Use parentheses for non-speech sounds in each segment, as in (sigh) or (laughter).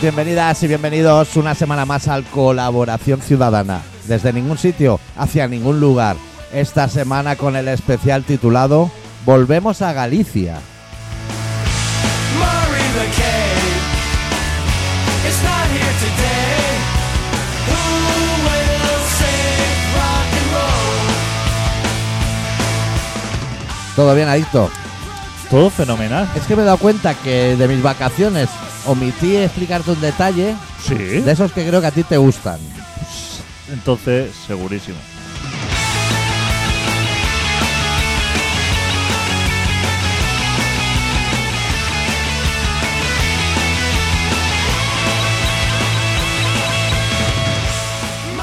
Bienvenidas y bienvenidos una semana más al Colaboración Ciudadana. Desde ningún sitio, hacia ningún lugar. Esta semana con el especial titulado Volvemos a Galicia. Murray the Cave It's not here today. Who will save rock and roll? ¿Todo bien, Adicto? Todo fenomenal. Es que me he dado cuenta que de mis vacaciones omití explicarte un detalle Sí. de esos que creo que a ti te gustan. Entonces, segurísimo.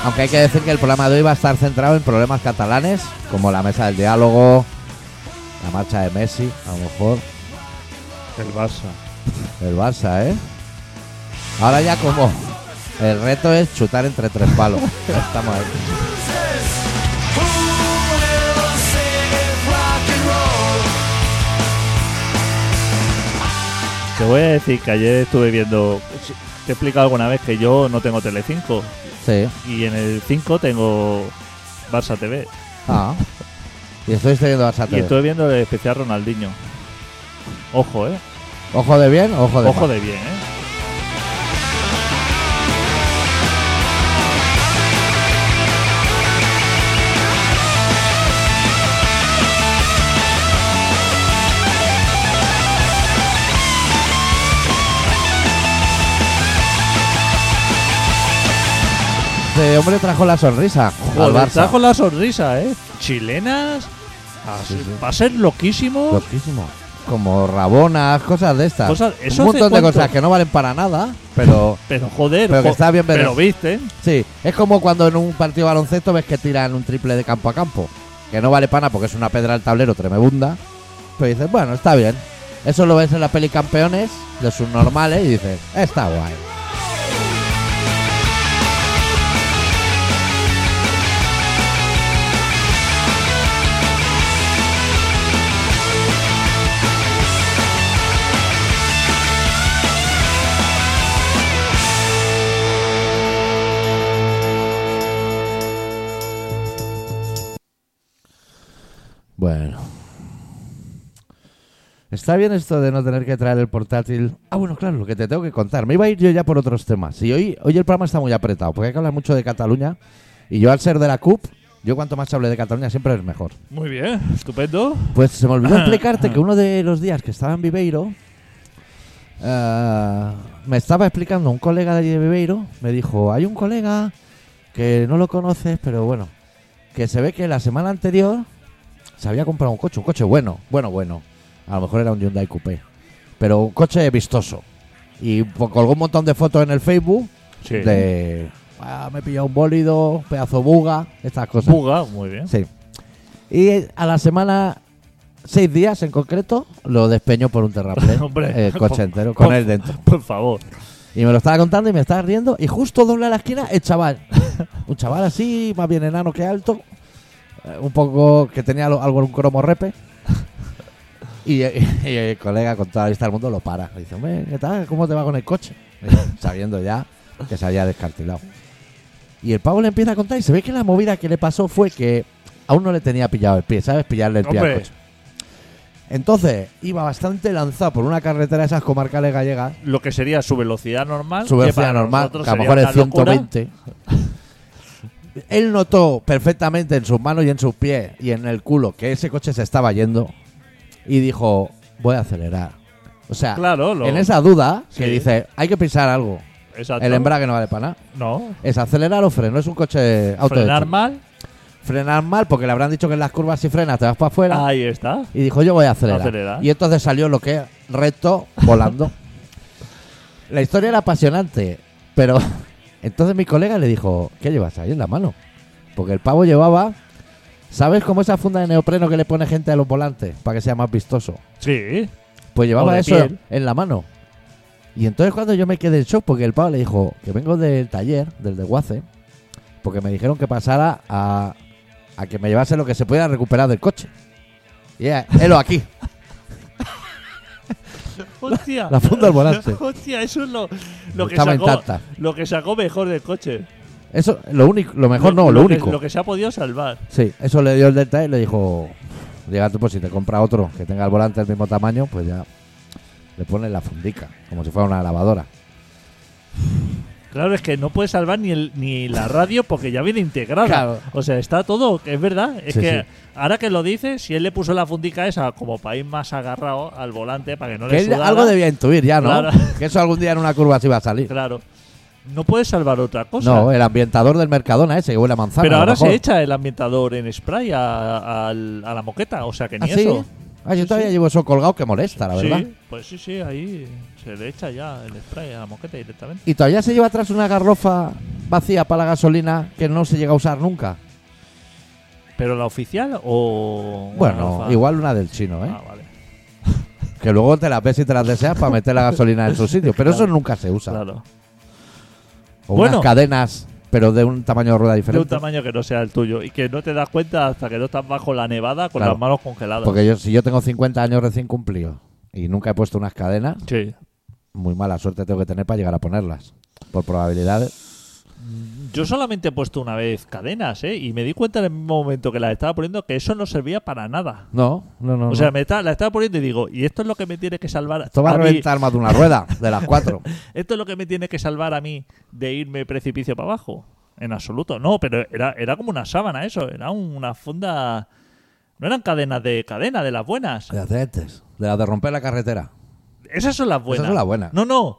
Aunque hay que decir que el programa de hoy va a estar centrado en problemas catalanes, como la mesa del diálogo, la marcha de Messi, a lo mejor, El Barça. el Barça, ¿eh? Ahora ya como el reto es chutar entre tres palos. (laughs) Ya Estamos ahí. Says, Who will save rock and roll? Te voy a decir que ayer estuve viendo. Te he explicado alguna vez que yo no tengo Tele5 Sí. y en el 5 tengo Barça TV. Ah. Y estoy teniendo Barça Y TV. estuve viendo el especial Ronaldinho. Ojo, eh. Ojo de bien, ojo de Ojo mal. de bien, eh. Este hombre trajo la sonrisa al Joder, Barça. está con la sonrisa, eh. Chilenas. así- Sí, sí. Va a ser loquísimo. Loquísimo. Como rabonas, cosas de estas. Cosas- ¿eso Un hace montón de cuánto? cosas que no valen para nada, pero Pero joder, Pero que jo- está bien ver- pero viste. Sí, es como cuando en un partido de baloncesto ves que tiran un triple de campo a campo, que no vale pana porque es una pedra al tablero tremebunda, pero dices, bueno, está bien. Eso lo ves en la peli Campeones de sus normales y dices, está guay. Bueno. Está bien esto de no tener que traer el portátil. Ah, bueno, claro, lo que te tengo que contar. Me iba a ir yo ya por otros temas. Y hoy, hoy el programa está muy apretado, porque hay que hablar mucho de Cataluña. Y yo al ser de la CUP, yo cuanto más hable de Cataluña siempre es mejor. Muy bien, estupendo. Pues se me olvidó explicarte que uno de los días que estaba en Viveiro, eh, me estaba explicando un colega de allí de Viveiro, me dijo, hay un colega que no lo conoces, pero bueno, que se ve que la semana anterior se había comprado un coche, un coche bueno, bueno, bueno. A lo mejor era un Hyundai Coupé, pero un coche vistoso. Y pues, colgó un montón de fotos en el Facebook Sí. de, "Ah, me he pillado un bólido, pedazo buga, estas cosas. Buga, muy bien. Sí. Y eh, a la semana, seis días en concreto, lo despeñó por un terraplén. (laughs) Hombre, el coche entero, por- con él dentro. Por favor. Y me lo estaba contando y me estaba riendo. Y justo dobla la esquina el chaval. (laughs) un chaval así, más bien enano que alto. eh, un poco que tenía lo- algo, un cromo repe. (laughs) Y, eh, (laughs) y el colega con toda la vista del mundo lo para. Le dice, hombre, ¿qué tal? ¿Cómo te va con el coche? (laughs) Sabiendo ya que se había descartilado. Y el pavo le empieza a contar y se ve que la movida que le pasó fue que aún no le tenía pillado el pie, ¿sabes? Pillarle el pie al Hombre. coche. Entonces, iba bastante lanzado por una carretera de esas comarcales gallegas lo que sería su velocidad normal. su que velocidad para normal, nosotros que a lo sería mejor es una locura. 120. Él notó perfectamente en sus manos y en sus pies y en el culo que ese coche se estaba yendo y dijo, voy a acelerar. O sea, Claro, lo- en esa duda que Sí. dice, hay que pisar algo. Exacto. El embrague no vale para nada. No. Es acelerar o freno, es un coche auto de Frenar choque. mal. Frenar mal porque le habrán dicho que en las curvas si frenas te vas para afuera. Ahí está. Y dijo, yo voy a acelerar. Acelerar. Y entonces salió lo que es recto, (laughs) volando. la historia era apasionante, pero (laughs) entonces mi colega le dijo, ¿qué llevas ahí en la mano? Porque el pavo llevaba, ¿sabes cómo esa funda de neopreno que le pone gente a los volantes para que sea más vistoso? Sí. Pues llevaba de eso piel. en la mano. Y entonces cuando yo me quedé en shock, porque el pavo le dijo que vengo del taller, del de Guace, porque me dijeron que pasara a, a que me llevase lo que se pudiera recuperar del coche. Y yeah, helo aquí. Hostia. (laughs) La funda al volante. Hostia, eso es lo, lo que Estaba sacó. intacta. Lo que sacó mejor del coche. Eso, lo único, lo mejor no, lo, que- único. lo que se ha podido salvar. Sí, eso le dio el Delta y le dijo, llega tú, pues si te compra otro que tenga el volante del mismo tamaño, pues ya le pones la fundica, como si fuera una lavadora. Claro, es que no puede salvar ni, el, ni la radio porque ya viene integrada. Claro. O sea, está todo, es verdad. Es Sí, que sí. ahora que lo dices, si él le puso la fundica esa como para ir más agarrado al volante para que no que le él sudara, algo debía intuir ya, ¿no? Claro. Que eso algún día en una curva se iba a salir. Claro. No puede salvar otra cosa. No, el ambientador del Mercadona ese, que huele a manzana. Pero a lo ahora se mejor. echa el ambientador en spray a, al- a la moqueta, o sea que ¿Ah, ni sí? eso. Ah, yo Sí, todavía sí. llevo eso colgado que molesta, la verdad. Sí, pues sí, sí, ahí se le echa ya el spray a la moqueta directamente. Y todavía se lleva atrás una garrofa vacía para la gasolina que no se llega a usar nunca. ¿Pero la oficial o.? una Bueno, alfa? igual una del chino, ¿eh? Ah, vale. Que luego te las ves y te las deseas para meter la gasolina en su sitio. Pero eso Claro. nunca se usa. Claro. O Bueno. unas cadenas, pero de un tamaño de rueda De un diferente. tamaño que no sea el tuyo y que no te das cuenta hasta que no estás bajo la nevada con Claro. las manos congeladas. Porque yo, si yo tengo 50 años recién cumplidos y nunca he puesto unas cadenas, Sí. muy mala suerte tengo que tener para llegar a ponerlas. Por probabilidades. Yo solamente he puesto una vez cadenas, ¿eh? Y me di cuenta en el mismo momento que las estaba poniendo que eso no servía para nada. No, no, no. O sea, no. me está- la estaba poniendo y digo, y esto es lo que me tiene que salvar. esto va a mí- reventar más de una rueda, de las (laughs) cuatro. Esto es lo que me tiene que salvar a mí de irme precipicio para abajo. En absoluto. No, pero era, era como una sábana eso. Era un- una funda. No eran cadenas de cadena, de las buenas. De las de antes, de las de romper la carretera. Esas son las buenas. son las buenas. No, no.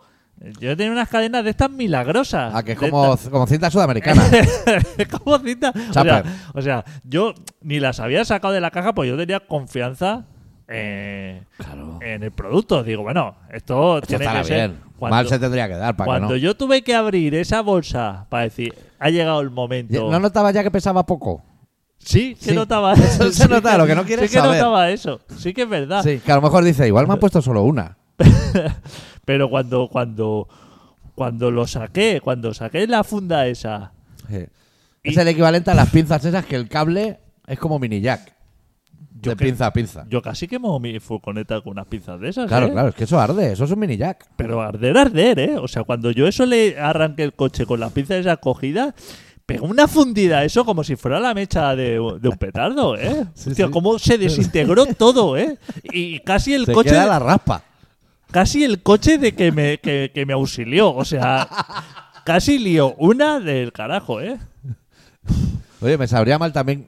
Yo tenía unas cadenas de estas milagrosas. Ah, que es De como, como cinta sudamericana. (laughs) estas- como cinta. O sea, Chapper. o sea, yo ni las había sacado de la caja pues yo tenía confianza eh, Claro. en el producto. Digo, bueno, esto, Esto tiene estará que ser. bien. cuando- Mal se tendría que dar para que Cuando no. yo tuve que abrir esa bolsa para decir, ha llegado el momento. ¿No notaba ya que pesaba poco? Sí, que Sí. notaba eso. Eso se sí nota, que- lo que no quieres Sí que saber. notaba eso. Sí que es verdad. Sí, que a lo mejor dice, igual me han puesto solo una. Pero cuando, cuando, cuando lo saqué, cuando saqué la funda esa. Sí. Y- Es el equivalente a las pinzas esas que el cable es como mini jack. Yo de que- pinza a pinza. Yo casi quemo mi furgoneta con unas pinzas de esas. Claro, ¿eh? claro, es que eso arde, eso es un mini jack. Pero arder, arder, ¿eh? O sea, cuando yo eso le arranqué el coche con las pinzas esas cogidas, pegó una fundida eso como si fuera la mecha de, de un petardo, ¿eh? Sí, Hostia, sí. cómo se desintegró todo, ¿eh? Y casi el Se coche. queda la raspa. Casi el coche de que me, que, que me auxilió. O sea, casi lío una del carajo, ¿eh? Oye, me sabría mal también,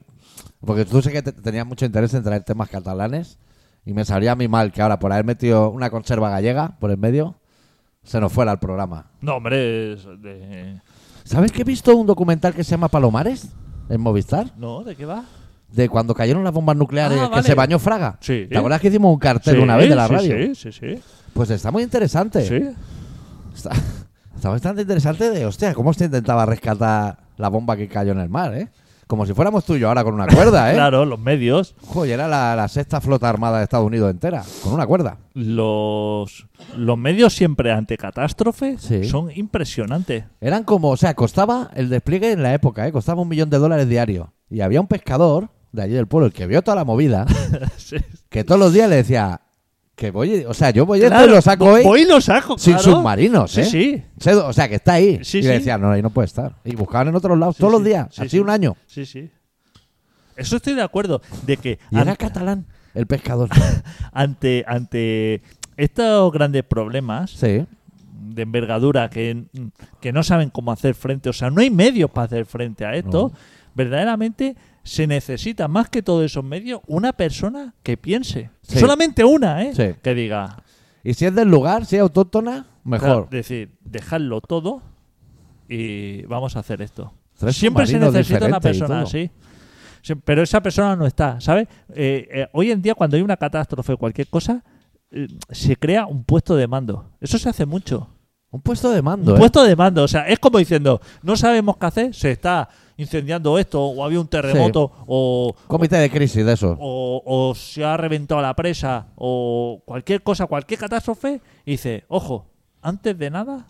porque tú sé que te- tenías mucho interés en traer temas catalanes, y me sabría a mí mal que ahora por haber metido una conserva gallega por el medio, se nos fuera el programa. No, hombre, es de... ¿Sabes que he visto un documental que se llama Palomares? En Movistar, ¿No? ¿De qué va? de de cuando cayeron las bombas nucleares, Ah, que vale. se bañó Fraga. Sí. ¿Te acuerdas que hicimos un cartel una vez de la radio? Sí, sí, sí. Pues está muy interesante. Sí. Está, está bastante interesante de, hostia, cómo se intentaba rescatar la bomba que cayó en el mar, ¿eh? Como si fuéramos tú y yo ahora con una cuerda, ¿eh? (laughs) Claro, los medios, Joder, era la, la sexta flota armada de Estados Unidos entera, con una cuerda. los, los medios siempre ante catástrofes Sí. son (laughs) impresionantes. Eran como, o sea, costaba el despliegue en la época, ¿eh? Costaba un millón de dólares diario. Y había un pescador de allí del pueblo, el que vio toda la (laughs) movida, Sí. que todos los días le decía, que voy, o sea, yo voy esto Claro, y lo saco hoy Voy y lo saco, sin claro. submarinos, Sí, ¿eh? sí. Se- O sea, que está ahí. Sí, y le sí. decía, no, ahí no puede estar. Y buscaban en otros lados Sí, todos los sí. días, Sí, así sí. un año. Sí, sí. Eso estoy de acuerdo, de que... Y era ante- catalán, el pescador. (laughs) ante, ante estos grandes problemas sí. de envergadura que, que no saben cómo hacer frente, o sea, no hay medios para hacer frente a esto, No. verdaderamente se necesita más que todos esos medios una persona que piense. Sí. Solamente una, ¿eh? Sí. Que diga, Y si es del lugar, si es autóctona, mejor. claro, decir, dejadlo todo y vamos a hacer esto. Tres Siempre se submarinos necesita una diferentes y persona todo. así. Sí, Pero esa persona no está, ¿sabes? Eh, eh, hoy en día, cuando hay una catástrofe o cualquier cosa, eh, se crea un puesto de mando. Eso se hace mucho. Un puesto de Un mando, ¿eh? puesto de mando. O sea, es como diciendo, no sabemos qué hacer, se está incendiando esto, o había un terremoto, o, ¿eh? Comité de crisis de eso. o- o se ha reventado la presa, o cualquier cosa, cualquier catástrofe. Y dice, ojo, antes de nada,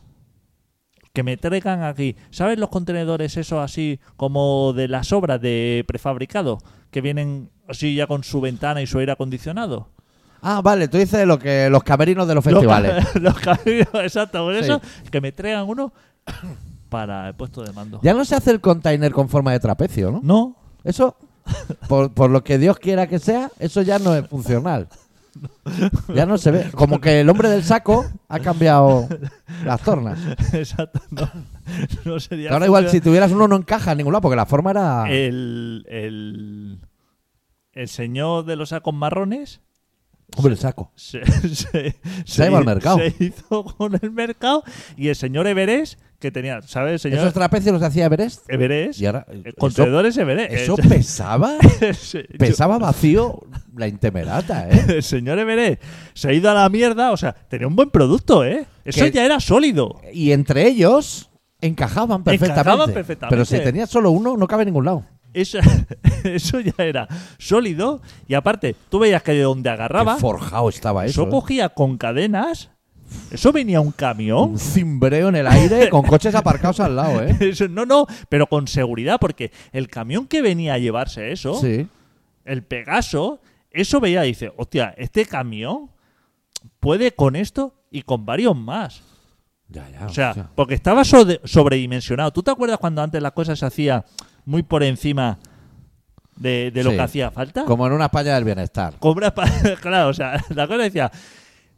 que me traigan aquí. ¿Sabes los contenedores esos así como de las obras de prefabricado? Que vienen así ya con su ventana y su aire acondicionado. Ah, vale, tú dices lo que los camerinos de los festivales. Los, ca- (laughs) los caminos, exacto, por Sí. eso que me traigan uno (coughs) para el puesto de mando. Ya no se hace el container con forma de trapecio, ¿no? No, (laughs) Eso, por, por lo que Dios quiera que sea, eso ya no es funcional. Ya no se ve. Como que el hombre del saco ha cambiado las tornas. exacto, no, no sería. Ahora igual si funcional. tuvieras uno no encaja en ningún lado, porque la forma era... Eh, el, el, el señor de los sacos marrones Hombre, el saco. se, (laughs) se, ha ido al mercado. se hizo con el mercado y el señor Everest, que tenía, ¿sabes? El señor Esos trapecios los hacía Everest. Everest, Y ahora... eh, Eso, contenedores Everest. (laughs) eso eh, pesaba. (laughs) se- yo- Pesaba vacío la intemerata, ¿eh? el señor Everest se ha ido a la mierda, o sea, tenía un buen producto, ¿eh? Eso Que- ya era sólido. Y entre ellos encajaban perfectamente. Encajaban perfectamente. Pero si tenías solo uno, no cabe en ningún lado. Eso, (laughs) eso ya era sólido. Y aparte, tú veías que de donde agarraba, Qué forjado estaba eso. eso ¿eh? cogía con cadenas. Eso venía un camión. Un cimbreo en el (laughs) aire con coches aparcados al lado, ¿eh? Eso- no, no, pero con seguridad, porque el camión que venía a llevarse eso, Sí. el Pegaso, eso veía y dice, hostia, este camión puede con esto y con varios más. Ya, ya. O sea, porque estaba sobre- sobredimensionado. ¿Tú te acuerdas cuando antes las cosas se hacía muy por encima de, de lo Sí. que hacía falta? como en una España del bienestar. Compras pa- (laughs) claro, o sea, la cosa decía,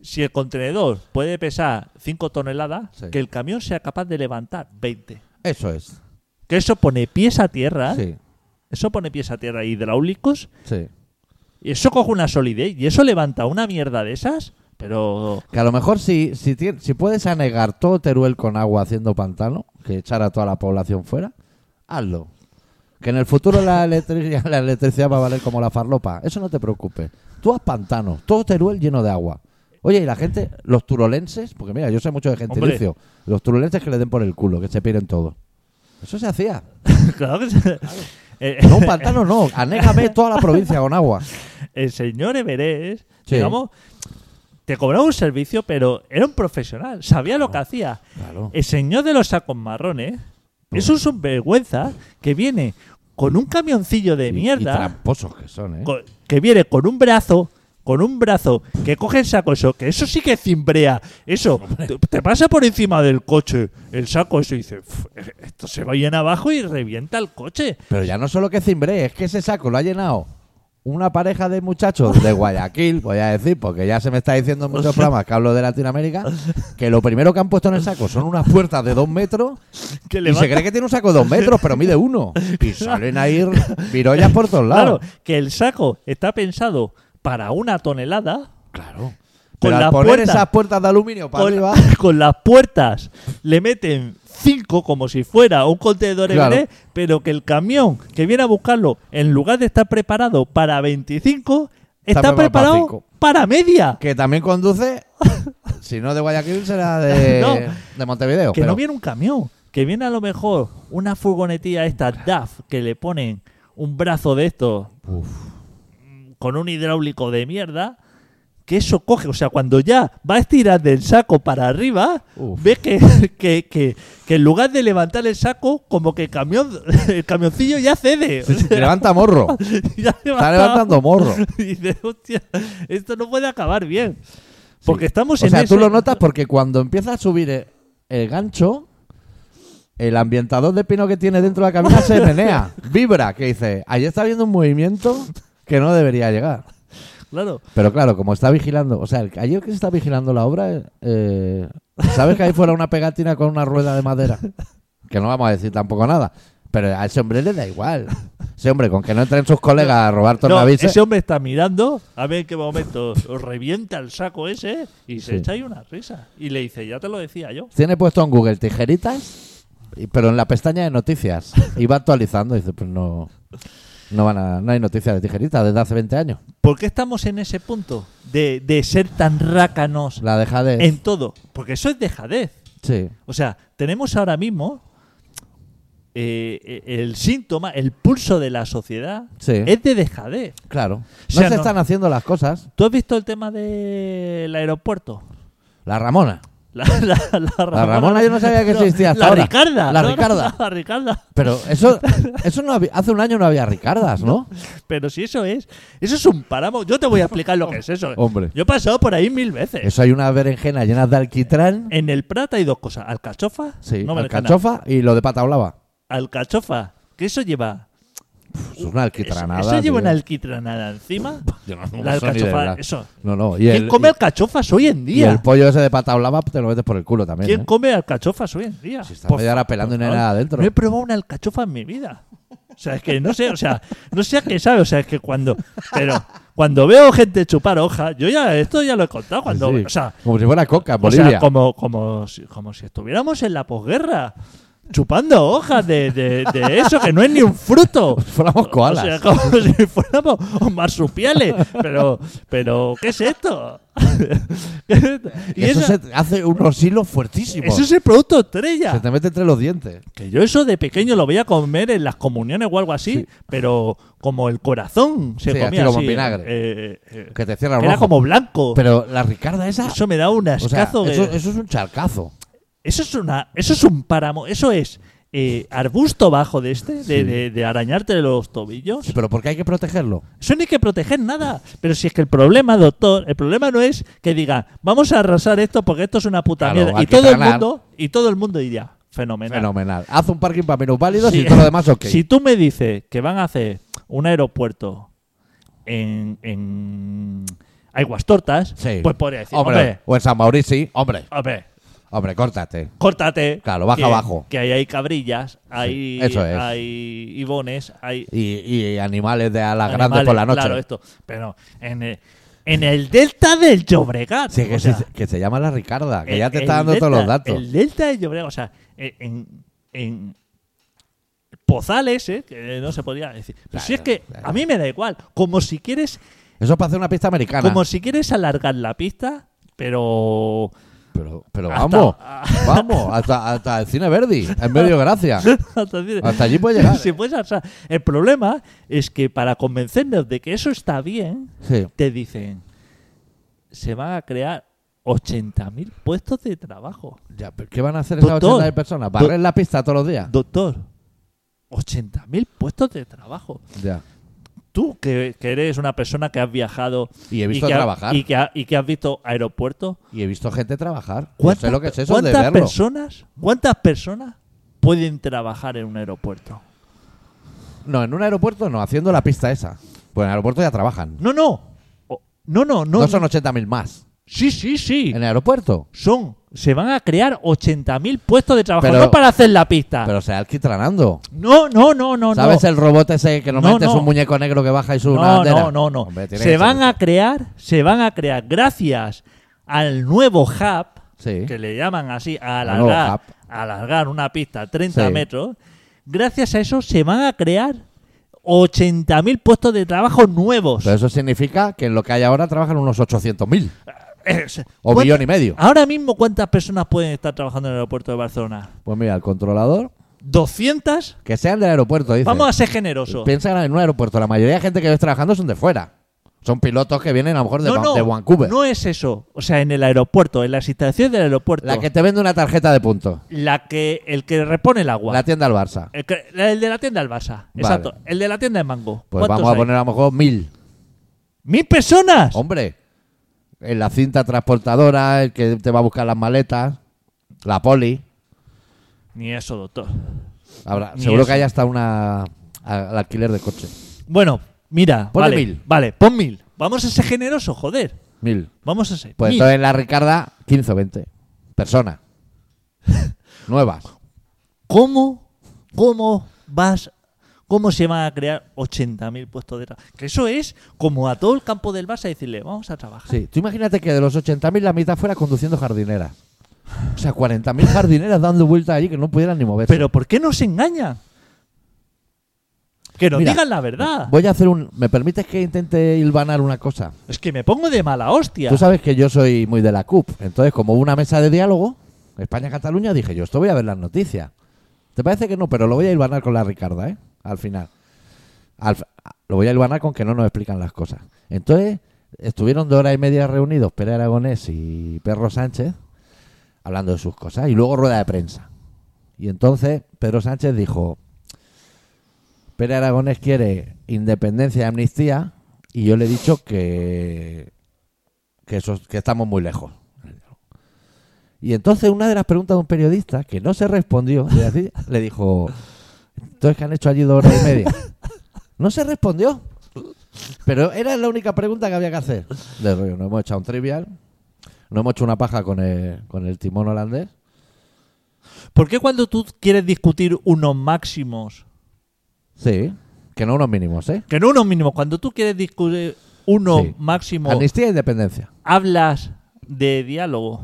si el contenedor puede pesar 5 toneladas, Sí. que el camión sea capaz de levantar 20. Eso es. Que eso pone pies a tierra, Sí, eso pone pies a tierra hidráulicos, sí. y eso coge una solidez, y eso levanta una mierda de esas, pero... (laughs) Que a lo mejor si, si, tien- si puedes anegar todo Teruel con agua haciendo pantano, que echar a toda la población fuera, hazlo. Que en el futuro la electricidad, la electricidad va a valer como la farlopa. Eso no te preocupes. Tú haz pantanos, todo Teruel lleno de agua. Oye, y la gente, los turolenses, porque mira, yo sé mucho de gentilicio, los turolenses que le den por el culo, que se piren todo. Eso se hacía. claro que se- (laughs) Eh, No, un pantano no, anégame toda la provincia con (laughs) agua. el señor Everest, Sí. digamos, te cobraba un servicio, pero era un profesional, sabía lo que hacía. Claro. El señor de los sacos marrones es un sinvergüenza que viene con un camioncillo de Y- Y, mierda, tramposos que son, ¿eh? co- que viene con un brazo, con un brazo, que coge el saco eso, que eso sí que cimbrea. Eso, te, te pasa por encima del coche el saco eso y dice, "Uf, eh, esto se va bien abajo y revienta el coche. Pero ya no solo que cimbré, es que ese saco lo ha llenado una pareja de muchachos de Guayaquil, voy a decir, porque ya se me está diciendo en (laughs) muchos programas que hablo de Latinoamérica, que lo primero que han puesto en el saco son unas puertas de dos metros Que y se levanta- cree (laughs) que tiene un saco de dos metros, pero mide uno. Y salen ahí virollas por todos lados. Claro, que el saco está pensado para una tonelada. Claro. Con Pero al la poner puerta- esas puertas de aluminio para Con, arriba, (laughs) con las puertas le meten cinco como si fuera un contenedor Claro. Everest, pero que el camión que viene a buscarlo, en lugar de estar preparado para 25, está, Está preparado para preparado cinco. para media. que también conduce, si no de Guayaquil, será de, (laughs) No. de Montevideo. Que pero- no viene un camión, que viene a lo mejor una furgonetilla esta DAF que le ponen un brazo de estos Uf. con un hidráulico de mierda, que eso coge, o sea, cuando ya va a estirar del saco para arriba, Uf. ves que, (laughs) que, que- que en lugar de levantar el saco, como que el, camión, (laughs) el camioncillo ya cede. (laughs) Sí, o sí, sea, levanta morro. (laughs) ya Está levanta- (laughs) levantando morro. Y dices, hostia, esto no puede acabar bien. Porque estamos O en sea, tú ese- lo notas porque cuando empieza a subir el, el gancho, el ambientador de pino que tiene dentro de la cabina (laughs) se menea, vibra, que dice, ahí está habiendo un movimiento que no debería llegar. Claro, Pero claro, como está vigilando, o sea, el- ayer que se está vigilando la obra, eh, sabes que ahí fuera una pegatina con una rueda de madera, que no vamos a decir tampoco nada, pero a ese hombre le da igual. Ese hombre, con que no entren sus colegas a robar No, tornavises, ese hombre está mirando a ver en qué momento os revienta el saco ese y se Sí. echa ahí una risa. Y le dice, ya te lo decía yo. Tiene puesto en Google tijeritas, y- pero en la pestaña de noticias. Y va actualizando. Y dice, pues no, no, van a, no hay noticias de tijeritas desde hace 20 años. ¿Por qué estamos en ese punto de, de ser tan rácanos La deja de... en todo? Porque eso es dejadez. Sí, O sea, tenemos ahora mismo eh, eh, el síntoma, el pulso de la sociedad Sí. es de dejadez. claro. No sea, se no- están haciendo las cosas. ¿Tú has visto el tema del aeropuerto? La Ramona. La, (laughs) la, la Ramona, Ramona yo no sabía que existía hasta la ahora. Ricarda. La no, no, Ricarda. la Ricarda. Pero (laughs) eso, eso no había- hace un año no había Ricardas, ¿no? Pero si eso es. Eso es un páramo. Yo te voy a explicar lo que es eso. Hombre. Yo he pasado por ahí mil veces. Eso hay una berenjena llena de alquitrán, En el Prat hay dos cosas. Alcachofa. sí, Eh, no berenjena. alcachofa y lo de pata blava. Alcachofa. Que eso lleva. Es una alquitranada. eso, eso lleva tío. una alquitranada encima. (laughs) Yo no, no la sé ni de alcachofa. verdad. Eso. No, no. Y ¿Quién el, come y- alcachofas hoy en y día? el pollo ese de pata blava te lo metes por el culo también. ¿Quién ¿eh? come alcachofas hoy en día? Si estás Por media hora pelando y no hay favor. nada adentro. No he probado una alcachofa en mi vida. O sea, es que no sé, o sea, no sé a qué sabe, o sea, es que cuando, pero cuando veo gente chupar hoja, yo ya, esto ya lo he contado, cuando, Sí, o sea, como si fuera coca en o sea, Bolivia. como, como, si, como si estuviéramos en la posguerra, chupando hojas de, de- de eso, que no es ni un (laughs) (laughs) fruto. Fuéramos koalas. O sea, como (laughs) si fuéramos marsupiales, pero, pero, ¿qué es esto? (laughs) ¿Qué es esto? Y eso esa- se te hace unos hilos fuertísimos. eso es el producto estrella. Se te mete entre los dientes. Que yo eso de pequeño lo voy a comer en las comuniones o algo así, Sí. pero como el corazón se Sí, comía así como así. vinagre. eh, eh, eh, Que te cierra un era ojo. como blanco. Pero la Ricarda esa. eso me da un o sea, ascazo. de- eso, eso es un charcazo. eso es una, eso es un páramo. Eso es eh, arbusto bajo de este, de, Sí. de- de arañarte los tobillos. Sí, pero porque hay que protegerlo. Eso no hay que proteger nada. Pero si es que el problema, doctor, el problema no es que diga, vamos a arrasar esto porque esto es una puta Claro, mierda. hay Y que todo el tragar. mundo, y todo el mundo diría, fenomenal. Fenomenal. Haz un parking para menos válidos Sí. y todo lo demás, ok. Si tú me dices que van a hacer un aeropuerto en, en Aguas Tortas, Sí. pues podría decir, hombre, hombre, hombre, O en San Mauricio, hombre. Hombre, córtate. córtate. Claro, baja que, abajo. Que ahí hay cabrillas, hay, eso es. hay ibones, hay Y, y animales de a las animales, grandes por la noche. Claro, esto. Pero en el, en el delta del Llobregat. Sí, que, o sea, se, que se llama la Ricarda, que el- ya te el está dando todos delta- los datos. El delta del Llobregat, o sea, en... en Pozal ese, que no se podía decir. Pero si es Claro, que claro. a mí me da igual. Como si quieres Eso es para hacer una pista americana. Como si quieres alargar la pista, pero. Pero, pero Hasta- (laughs) vamos, vamos, hasta, hasta el cine Verdi, en medio gracia. (laughs) Hasta allí puede llegar. ¿eh? Si puedes alzar. pues, El problema es que para convencernos de que eso está bien, Sí. te dicen: se van a crear 80.000 puestos de trabajo. Ya, pero ¿Qué van a hacer Doctor, esas 80.000 personas? ¿Barrer la pista todos los días? Doctor, 80.000 puestos de trabajo. Ya. Tú, que, que eres una persona que has viajado. Y he visto que ha- trabajar. y que ha- y que has visto aeropuertos. Y he visto gente trabajar. No ¿Cuántas sé lo que es pe- eso de cuántas verlo. personas, ¿Cuántas personas pueden trabajar en un aeropuerto? No, en un aeropuerto no, haciendo la pista esa. Pues en el aeropuerto ya trabajan. No, no. O- No, no, No, no. son 80.000 más. Sí, sí, sí. En el aeropuerto. Son. Se van a crear 80.000 puestos de trabajo. Pero- no para hacer la pista. Pero se alquitranando. no, no, no, Ah. Oh, no. ¿Sabes no. el robot ese que normalmente No, es no. un muñeco negro que baja y sube una No, bandera? no, no, no. Hombre, tiene que se ser van eso. a crear, se van a crear, gracias al nuevo hub, Sí. que le llaman así, a Al nuevo alargar, hub. a alargar una pista a 30 Sí. metros, gracias a eso se van a crear 80.000 puestos de trabajo nuevos. Pero eso significa que en lo que hay ahora trabajan unos 800.000. Es- O Eh, ¿cuánta- millón y medio. Ahora mismo, ¿cuántas personas pueden estar trabajando en el aeropuerto de Barcelona? Pues mira, el controlador, ¿200? que sean del aeropuerto, dice. Vamos a ser generosos. Piensa en un aeropuerto. La mayoría de gente que ves trabajando son de fuera. Son pilotos que vienen a lo mejor de, no, Van- no, de Vancouver. no es eso. O sea, en el aeropuerto, en las instalaciones del aeropuerto, la que te vende una tarjeta de puntos. la que- el que repone el agua. La tienda al Barça. El, que- el de la tienda del Barça. Exacto. El de la tienda de Mango. Pues ¿Cuántos vamos a hay? Pues poner a lo mejor mil. ¡Mil personas! Hombre, en la cinta transportadora, el que te va a buscar las maletas, la poli. Ni eso, doctor. Habrá, Ni seguro eso. que hay hasta una a- al alquiler de coche. Bueno, mira. Ponle vale, mil. Vale, pon mil. Vamos a ser generosos, joder. Mil. Vamos a ser. Pues mil. entonces en la Ricarda, 15 o 20 (laughs) personas. Nuevas. ¿Cómo, cómo vas, cómo se van a crear 80.000 puestos de trabajo? Que eso es como a todo el campo del Barça decirle, vamos a trabajar. Sí, tú imagínate que de los 80.000 la mitad fuera conduciendo jardineras. O sea, 40.000 jardineras dando vueltas allí que no pudieran ni moverse. Pero ¿por qué nos engañan? Que nos Mira, digan la verdad. Voy a hacer un... ¿Me permites que intente hilvanar una cosa? Es que me pongo de mala hostia. Tú sabes que yo soy muy de la CUP. Entonces, como hubo una mesa de diálogo, España-Cataluña, dije yo, esto voy a ver las noticias. ¿Te parece que no? Pero lo voy a hilvanar con la Ricarda, ¿eh? Al final. Al- lo voy a hilvanar con que no nos explican las cosas. Entonces, estuvieron dos horas y media reunidos Pere Aragonés y Perro Sánchez hablando de sus cosas. Y luego rueda de prensa. Y entonces Pedro Sánchez dijo, Pere Aragonés quiere independencia y amnistía y yo le he dicho que, que, eso- que estamos muy lejos. Y entonces una de las preguntas de un periodista que no se respondió, le decía- le dijo, entonces que han hecho allí dos horas y media. No se respondió. Pero era la única pregunta que había que hacer. De rollo, no hemos echado un trivial, no hemos hecho una paja con el, con el timón holandés. ¿Por qué cuando tú quieres discutir unos máximos, Sí, que no unos mínimos, ¿eh? que no unos mínimos, cuando tú quieres discutir unos Sí. máximos, Amnistía e independencia. hablas de diálogo?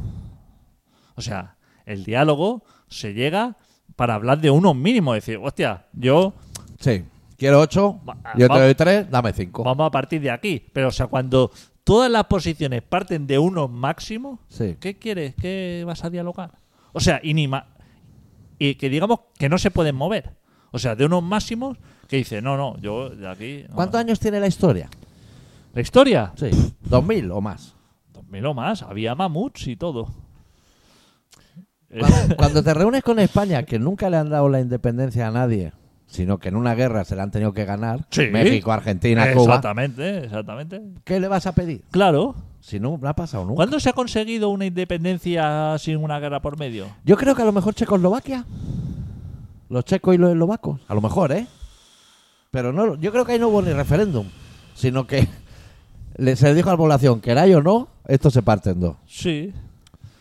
O sea, el diálogo se llega para hablar de unos mínimos. Decir, hostia, yo Sí. Quiero ocho, Va- yo te va- doy tres, dame cinco. Pues vamos a partir de aquí. Pero, o sea, cuando todas las posiciones parten de unos máximos, Sí. ¿qué quieres? ¿Qué vas a dialogar? O sea, y ni ma- y que digamos que no se pueden mover. O sea, de unos máximos que dice, no, no, yo de aquí. no". ¿Cuántos años tiene la historia? ¿La historia? Sí. ¿Dos mil o más? 2000 o más, había mamuts y todo. (laughs) Eh, (laughs) Cuando, cuando te reúnes con España, que nunca le han dado la independencia a nadie, sino que en una guerra se la han tenido que ganar, Sí. México, Argentina, Cuba, exactamente, exactamente. ¿qué le vas a pedir? Claro. Si no, no ha pasado nunca. ¿Cuándo se ha conseguido una independencia sin una guerra por medio? Yo creo que a lo mejor Checoslovaquia. Los checos y los eslovacos. A lo mejor, ¿eh? Pero no, yo creo que ahí no hubo ni referéndum. Sino que (laughs) le- se le dijo a la población, queráis o no, esto se parte en dos. Sí.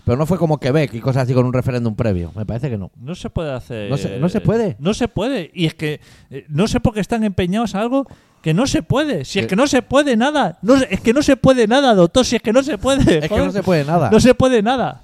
Pero no fue como Quebec y cosas así con un referéndum previo. Me parece que no. No se puede hacer. No se- no se puede. No se puede. Y es que eh, no sé por qué están empeñados a algo que no se puede. Si es Eh. que no se puede nada. No, se- es que no se puede nada, doctor. Si es que no se puede. Es que joder. no se puede nada. No se puede nada.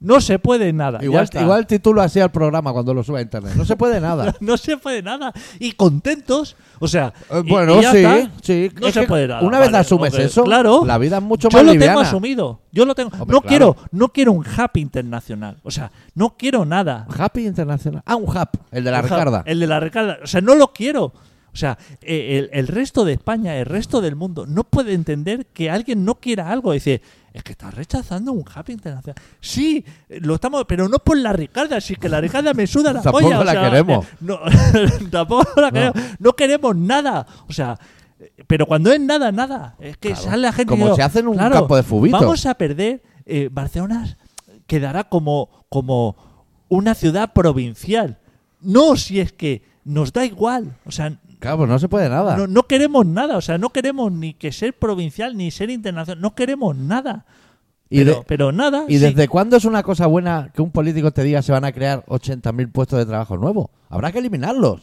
No se puede nada. Ya igual, está. igual titulo así al programa cuando lo suba a internet. No se puede nada. (laughs) No se puede nada. Y contentos. O sea. Eh, y- bueno, y ya sí, está. sí. No Es se que puede nada. Una vez Vale, asumes ok. eso, Claro. la vida es mucho Yo más lo tengo liviana. asumido. Yo lo tengo. Hombre, no claro. quiero, no quiero un happy internacional. O sea, no quiero nada. Happy Internacional. Ah, un Hap, el de la El ja- Ricarda. El de la Ricarda. O sea, no lo quiero. O sea, eh, el, el resto de España, el resto del mundo, no puede entender que alguien no quiera algo. Dice, es que estás rechazando un happy internacional. Sí, eh, lo estamos, pero no por la Ricarda, si es que la Ricarda me suda (laughs) la Tampoco polla. o la sea, queremos. eh, no, (laughs) tampoco la queremos. No queremos nada. O sea, eh, pero cuando es nada, nada. Es que Claro. sale la gente. Como y digo, si hacen un claro, campo de fubito. Vamos a perder. eh, Barcelona quedará como, como una ciudad provincial. No, si es que nos da igual. O sea, Claro, pues no se puede nada. no, no queremos nada. O sea, no queremos ni que ser provincial ni ser internacional. No queremos nada. Y pero, de- pero nada. ¿Y sí. desde cuándo es una cosa buena que un político te diga se van a crear 80.000 puestos de trabajo nuevos? Habrá que eliminarlos.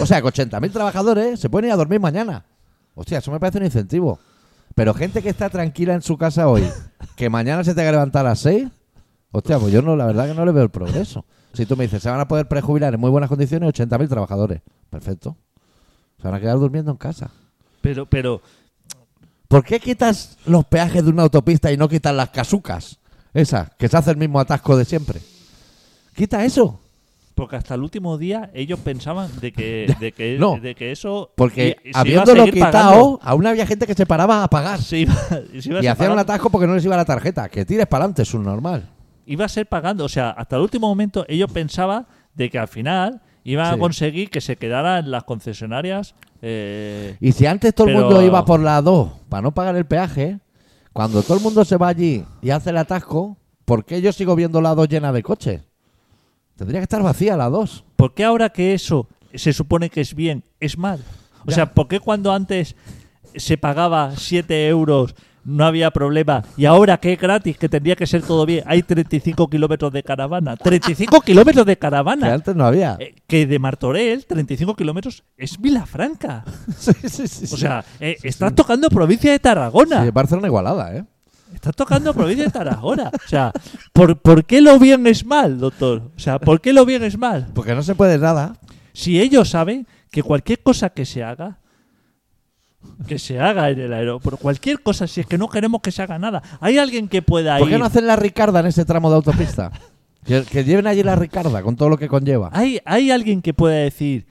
O sea, que 80.000 trabajadores se pueden ir a dormir mañana. Hostia, eso me parece un incentivo. Pero gente que está tranquila en su casa hoy, que mañana se tenga que levantar a las 6, hostia, pues yo no, la verdad que no le veo el progreso. Si tú me dices, se van a poder prejubilar en muy buenas condiciones 80.000 trabajadores. Perfecto. Se van a quedar durmiendo en casa. pero, pero, ¿Por qué quitas los peajes de una autopista y no quitas las casucas? Esas, que se hace el mismo atasco de siempre. Quita eso. porque hasta el último día ellos pensaban de que, (laughs) de que, No. de que eso. Porque i- se iba a habiéndolo seguir quitado, pagando. aún había gente que se paraba a pagar. (laughs) Se iba- se iba a Y seguir hacían un pagando. atasco porque no les iba la tarjeta. Que tires para adelante, es un normal. iba a ser pagando. O sea, hasta el último momento ellos pensaban de que al final iban Sí. a conseguir que se quedaran las concesionarias. eh, Y si antes todo el Pero- mundo iba por la 2 para no pagar el peaje, cuando todo el mundo se va allí y hace el atasco, ¿por qué yo sigo viendo la 2 llena de coches? Tendría que estar vacía la 2. ¿Por qué ahora que eso se supone que es bien, es mal? O Ya. sea, ¿por qué cuando antes se pagaba 7 euros no había problema y ahora que es gratis, que tendría que ser todo bien, hay 35 kilómetros de caravana? ¡35 kilómetros de Que caravana! antes no había. Eh, que de Martorell, 35 kilómetros es Vilafranca. (laughs) Sí, sí, (laughs) sí, sí. O sea, eh, estás tocando provincia de Tarragona. Sí, Barcelona igualada, ¿eh? Estás tocando provincia de Tarragona. O sea, ¿por, ¿por qué lo bien es mal, doctor? O sea, ¿por qué lo bien es mal? Porque no se puede nada. Si ellos saben que cualquier cosa que se haga, que se haga en el aeropuerto, cualquier cosa, si es que no queremos que se haga nada, hay alguien que pueda ¿Por qué ir. no hacen la Ricarda en ese tramo de autopista? Ah, que, que lleven allí la Ricarda con todo lo que conlleva. hay, hay alguien que pueda decir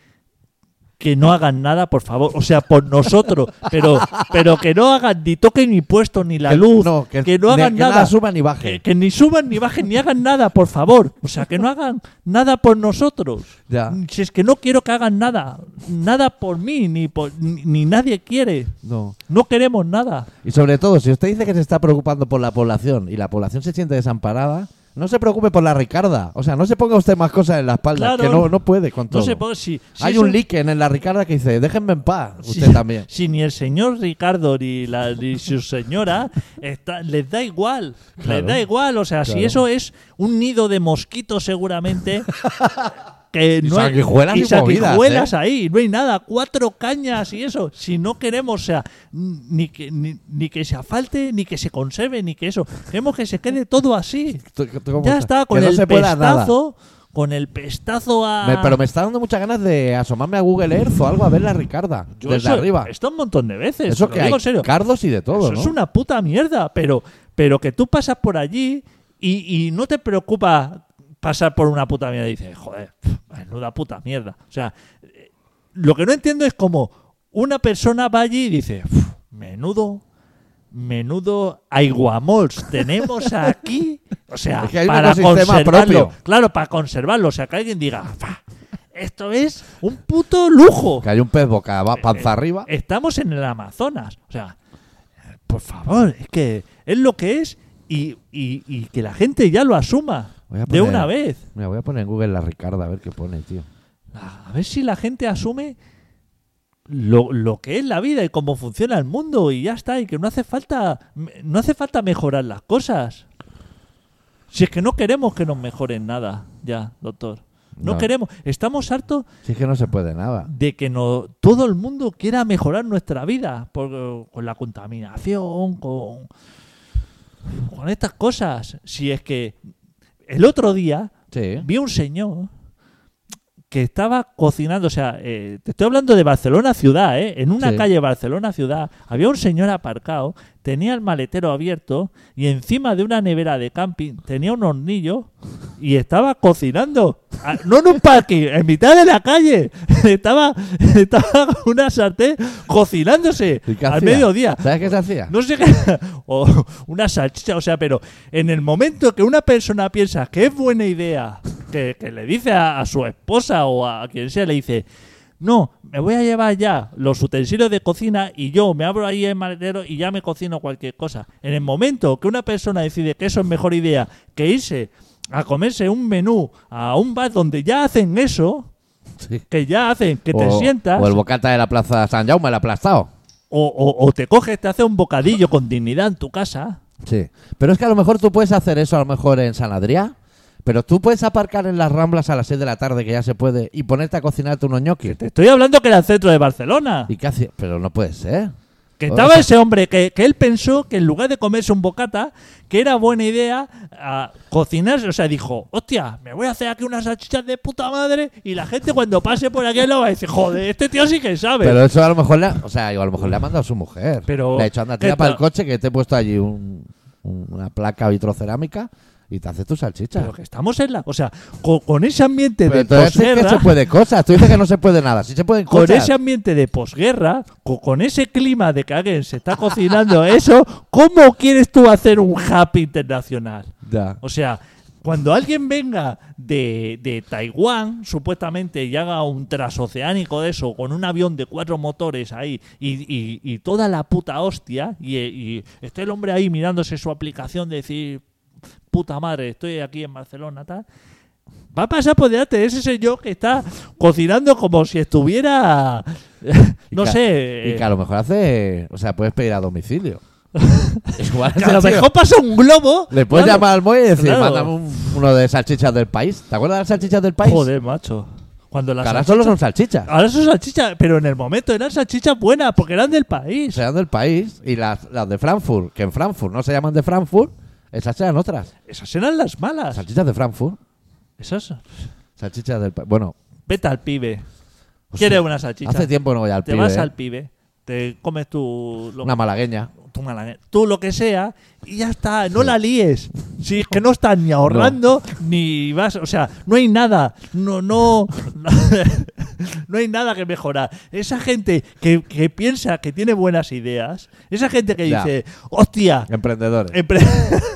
que no hagan nada, por favor. O sea, por nosotros. Pero, pero que no hagan ni toquen ni puesto ni la Que- luz. no, que, que- no ni- hagan que nada. nada suba ni baje. Que, que ni suban ni bajen ni hagan nada, por favor. O sea, que no hagan nada por nosotros. Ya. Si es que no quiero que hagan nada. Nada por mí, ni, por- ni, ni nadie quiere. No. No queremos nada. Y sobre todo, si usted dice que se está preocupando por la población y la población se siente desamparada, no se preocupe por la Ricarda. O sea, no se ponga usted más cosas en la espalda, Claro. que no, no puede con todo. No se puede. Si, si Hay eso- un líquen en la Ricarda que dice, déjenme en paz, si- usted también. Si ni el señor Ricardo ni, la, ni su señora está- les da igual. Les Claro. da igual. O sea, si Claro. eso es un nido de (laughs) mosquitos, seguramente. Que no hay- sanguijuelas y y movidas, sanguijuelas ¿eh? ahí, no hay nada, cuatro cañas y eso. Si no queremos, o sea, ni que, ni, ni que se afalte, ni que se conserve, ni que eso. Queremos que se quede todo así. Tú- tú- ¿cómo Ya estás? está, con Que no el se pueda nada. pestazo, con el pestazo a. Me- pero me está dando muchas ganas de asomarme a Google Earth o algo a ver la Ricarda Yo desde eso- arriba. Esto un montón de veces. Eso te lo que hay digo en serio. cardos y de todo, Eso ¿no? es una puta mierda, pero, pero que tú pasas por allí y, y no te preocupa pasar por una puta mierda. Y dices, joder, pf, menuda puta mierda. O sea, eh, lo que no entiendo es cómo una persona va allí y dice, "Uf, menudo, menudo aiguamols tenemos aquí. O sea, Es que hay un para ecosistema conservarlo. propio. Claro, para conservarlo. O sea, que alguien diga, "Fa, esto es un puto lujo. Que hay un pez boca aba- panza arriba. Eh, Estamos en el Amazonas. O sea, por favor, es que es lo que es y, y- y que la gente ya lo asuma Voy a de poner- una vez. Mira, voy a poner en Google la Ricarda a ver qué pone, tío. A ver si la gente asume lo, lo que es la vida y cómo funciona el mundo y ya está, y que no hace falta no hace falta mejorar las cosas. Si es que no queremos que nos mejoren nada, ya, doctor. no No. queremos, estamos hartos Si es que no se puede nada. de que no, todo el mundo quiera mejorar nuestra vida por- con la contaminación, con, con estas cosas. Si es que el otro día Sí. vi un señor que estaba cocinando, o sea, eh, te estoy hablando de Barcelona ciudad, ¿eh? en una Sí. calle de Barcelona ciudad había un señor aparcado, tenía el maletero abierto y encima de una nevera de camping tenía un hornillo y estaba cocinando, Ah, no en un parking, en mitad de la calle, (laughs) estaba, estaba con una sartén cocinándose ¿Y qué al hacía? mediodía. ¿Sabes qué se hacía? (laughs) No sé qué. O una salchicha, o sea, pero en el momento que una persona piensa que es buena idea, que, que le dice a, a su esposa o a quien sea, le dice. No, me voy a llevar ya los utensilios de cocina y yo me abro ahí el maletero y ya me cocino cualquier cosa. En el momento que una persona decide que eso es mejor idea que irse a comerse un menú a un bar donde ya hacen eso, Sí. que ya hacen que te O- sientas O el bocata de la plaza San Jaume, el aplastado. o, o- o te coges, te haces un bocadillo con dignidad en tu casa. Sí. Pero es que a lo mejor tú puedes hacer eso, a lo mejor en San Adrián. Pero tú puedes aparcar en las ramblas a las 6 de la tarde, que ya se puede, y ponerte a cocinarte unos ñoquis. Te estoy hablando que era el centro de Barcelona. ¿Y qué hace? Pero no puede ser. Que o estaba sea- ese hombre que, que él pensó que en lugar de comerse un bocata, que era buena idea ah, cocinarse. O sea, dijo, hostia, me voy a hacer aquí unas salchichas de puta madre y la gente cuando pase por aquí lo va a decir, joder, este tío sí que sabe. Pero eso a lo mejor le ha, o sea, digo, a lo mejor le ha mandado a su mujer. Pero- le ha dicho, anda, ¿qué tira para el tal? coche que te he puesto allí un- un- una placa vitrocerámica y te haces tu salchicha. Pero que estamos en la... O sea, co- con, ese ambiente Pero de tú dices que se posguerra... puede cosas, tú dices que no se puede nada, sí se pueden Con cosas. ese ambiente de posguerra, co- con ese clima de que alguien se está cocinando eso, ¿cómo quieres tú hacer un happy internacional? Ya. O sea, cuando alguien venga de, de Taiwán, supuestamente, y haga un transoceánico de eso, con un avión de cuatro motores ahí, y, y- y toda la puta hostia, y, y esté el hombre ahí mirándose su aplicación de decir, puta madre, estoy aquí en Barcelona, tal. Va a pasar por delante de ese señor que está cocinando como (laughs) si estuviera, no Y que- sé, Y que a lo mejor hace. O sea, puedes pedir a (laughs) domicilio. Igual que ese a lo tío, mejor pasa un globo. Le puedes claro. llamar al muelle y decir, Claro. mándame un- uno de salchichas del país. ¿Te acuerdas de las salchichas del país? Joder, macho. Cuando la Que ahora solo son salchichas. Ahora son salchichas, pero en el momento eran salchichas buenas, porque eran del país. Serán del país y las, las de Frankfurt, que en Frankfurt no se llaman de Frankfurt, esas serán otras. Esas eran las malas. Salchichas de Frankfurt. Esas. Salchichas del país. Bueno, Vete al pibe. Hostia, Quiere una salchicha. hace tiempo que no voy al Te pibe. vas ¿eh? al pibe. Te comes tu lo, Una malagueña. tu malague- tú lo que sea y ya está. No la líes. Si es que no estás ni ahorrando ni vas. O sea, no hay nada. No, no. (laughs) No hay nada que mejorar. Esa gente que, que piensa que tiene buenas ideas, esa gente que Ya. dice, hostia, Emprendedores. empre-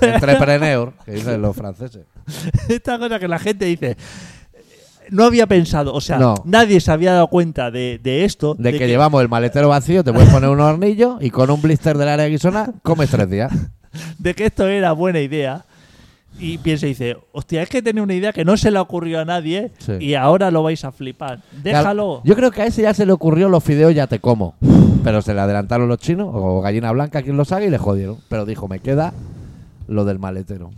Entrepreneur, que dicen los franceses. (laughs) esta cosa que la gente dice, no había pensado, o sea, No. nadie se había dado cuenta de, de esto. De, que, llevamos el maletero vacío, te puedes poner un hornillo y con un blister del área de Guisona comes tres días. de que esto era buena idea. Y piensa y dice, hostia, es que tenía una idea que no se le ocurrió a nadie Sí. y ahora lo vais a flipar. Déjalo. Yo creo que a ese ya se le ocurrió los fideos ya te como. Pero se le adelantaron los chinos o gallina blanca quien lo sabe y le jodieron. Pero dijo, me queda lo del maletero.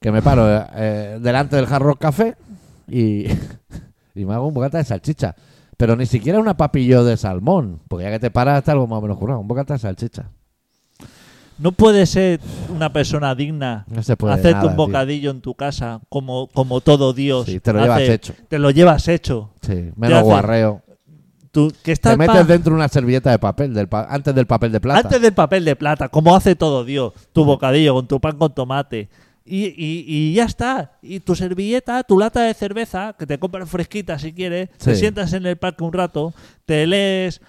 Que me paro eh, eh, delante del Hard Rock Café y, (laughs) y me hago un bocata de salchicha. Pero ni siquiera una papillo de salmón. Porque ya que te paras está algo más o menos curado. Un bocata de salchicha. No puedes ser una persona digna, No se puede hacerte nada, un tío. bocadillo en tu casa como, como todo Dios. Sí, te lo llevas hecho. Te lo llevas hecho. Sí, Te menos hace- guarreo. Tú, que estás Te metes pa- dentro una servilleta de papel, del pa- antes del papel de plata. antes del papel de plata, como hace todo Dios, tu bocadillo con tu pan con tomate. Y, y- y ya está. Y tu servilleta, tu lata de cerveza, que te compras fresquita si quieres, te Sí. sientas en el parque un rato, te lees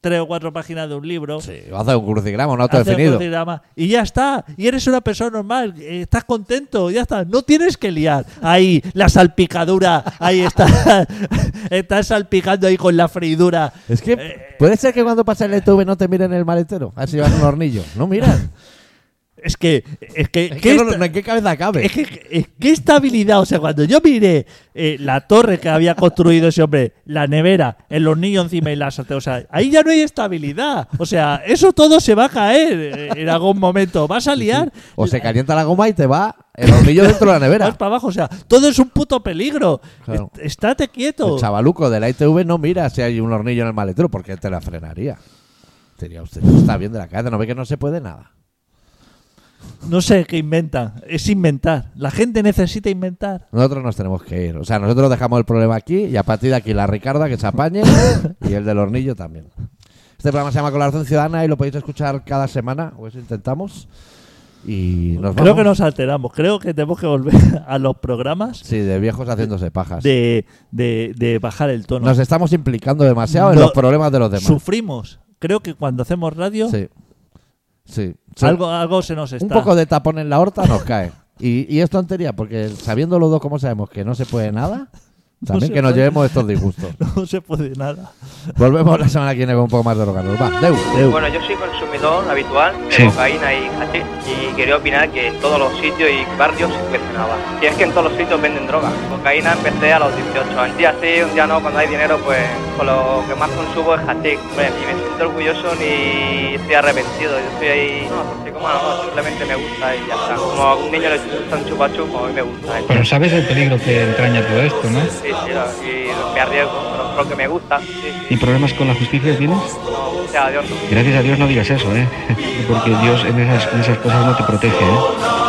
tres o cuatro páginas de un libro, Sí, haces un crucigrama, un auto haces un definido. crucigrama, y ya está. Y eres una persona normal, eh, estás contento, ya está. No tienes que liar. Ahí, la salpicadura, ahí está. (laughs) estás salpicando ahí con la freidura. Es que puede ser que cuando pasa el ETV no te miren el maletero, así llevas un hornillo. No miran. Es que, es que, Es ¿qué que no- esta- no- ¿En qué cabeza cabe? Es que, es que estabilidad, o sea, cuando yo miré eh, la torre que había construido ese hombre, la nevera, el hornillo encima y la sartén, o sea, ahí ya no hay estabilidad. O sea, eso todo se va a caer eh, en algún momento. Vas a liar. O se calienta la goma y te va el hornillo dentro de la Vas (laughs) nevera. para abajo, o sea, todo es un puto peligro. Claro. Pues Est- Estate quieto. El chavaluco de la ITV no mira si hay un hornillo en el maletero porque te la frenaría. Sería usted, no está bien de la cabeza, no ve que no se puede nada. No sé qué inventan. Es inventar. La gente necesita inventar. Nosotros nos tenemos que ir. O sea, nosotros dejamos el problema aquí y a partir de aquí la Ricarda que se (laughs) apañe y el del hornillo también. Este programa se llama Colaboración Ciudadana y lo podéis escuchar cada semana, o eso intentamos. Y nos Creo vamos. que nos alteramos. Creo que tenemos que volver a los programas Sí, de viejos haciéndose pajas. de, de- de bajar el tono. Nos estamos implicando demasiado en No- los problemas de los demás. Sufrimos. Creo que cuando hacemos radio, Sí. Sí. Sí. algo, algo se nos está. Un poco de tapón en la horta nos cae. Y, y es tontería, porque sabiendo los dos como sabemos que no se puede (laughs) nada, también se que nos puede. llevemos estos disgustos. (laughs) No se puede nada. Volvemos la semana que viene con un poco más de rogarnos. Va, deu. Bueno, yo soy consumidor habitual de Sí. cocaína y hachís y quería opinar que en todos los sitios y barrios se mencionaba. Y es que en todos los sitios venden droga. Cocaína empecé a los 18 años. Un día sí, un día no, cuando hay dinero, pues con lo que más consumo es hachís. Hombre, ni me siento orgulloso ni estoy arrepentido. Yo estoy ahí, no, toxicómano, no, simplemente me gusta y ya está. Como a un niño le gusta un chupa chupa, a mí me gusta. Pero sabes el peligro que entraña todo esto, ¿no? Sí, sí, lo- y me arriesgo, pero porque me gusta. Sí, sí, ¿Y problemas con la justicia tienes? no, o sea, Dios no. (laughs) Gracias a Dios no digas eso, ¿eh? Porque Dios en esas, en esas cosas no te protege, ¿eh?